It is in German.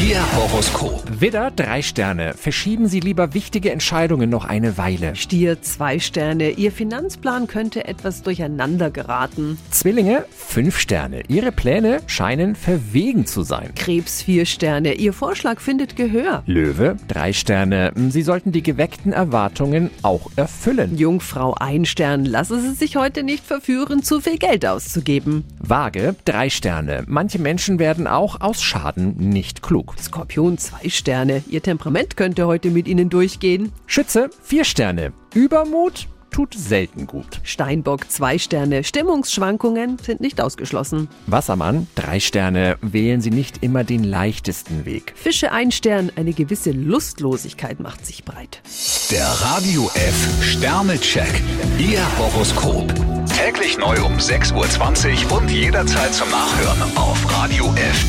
Ihr Horoskop. Widder, drei Sterne. Verschieben Sie lieber wichtige Entscheidungen noch eine Weile. Stier, zwei Sterne. Ihr Finanzplan könnte etwas durcheinander geraten. Zwillinge, fünf Sterne. Ihre Pläne scheinen verwegen zu sein. Krebs, vier Sterne. Ihr Vorschlag findet Gehör. Löwe, drei Sterne. Sie sollten die geweckten Erwartungen auch erfüllen. Jungfrau, ein Stern. Lassen Sie sich heute nicht verführen, zu viel Geld auszugeben. Waage, drei Sterne. Manche Menschen werden auch aus Schaden nicht klug. Skorpion, zwei Sterne. Ihr Temperament könnte heute mit Ihnen durchgehen. Schütze, vier Sterne. Übermut tut selten gut. Steinbock, zwei Sterne. Stimmungsschwankungen sind nicht ausgeschlossen. Wassermann, drei Sterne. Wählen Sie nicht immer den leichtesten Weg. Fische, ein Stern. Eine gewisse Lustlosigkeit macht sich breit. Der Radio F Sternecheck. Ihr Horoskop. Täglich neu um 6.20 Uhr und jederzeit zum Nachhören auf Radio F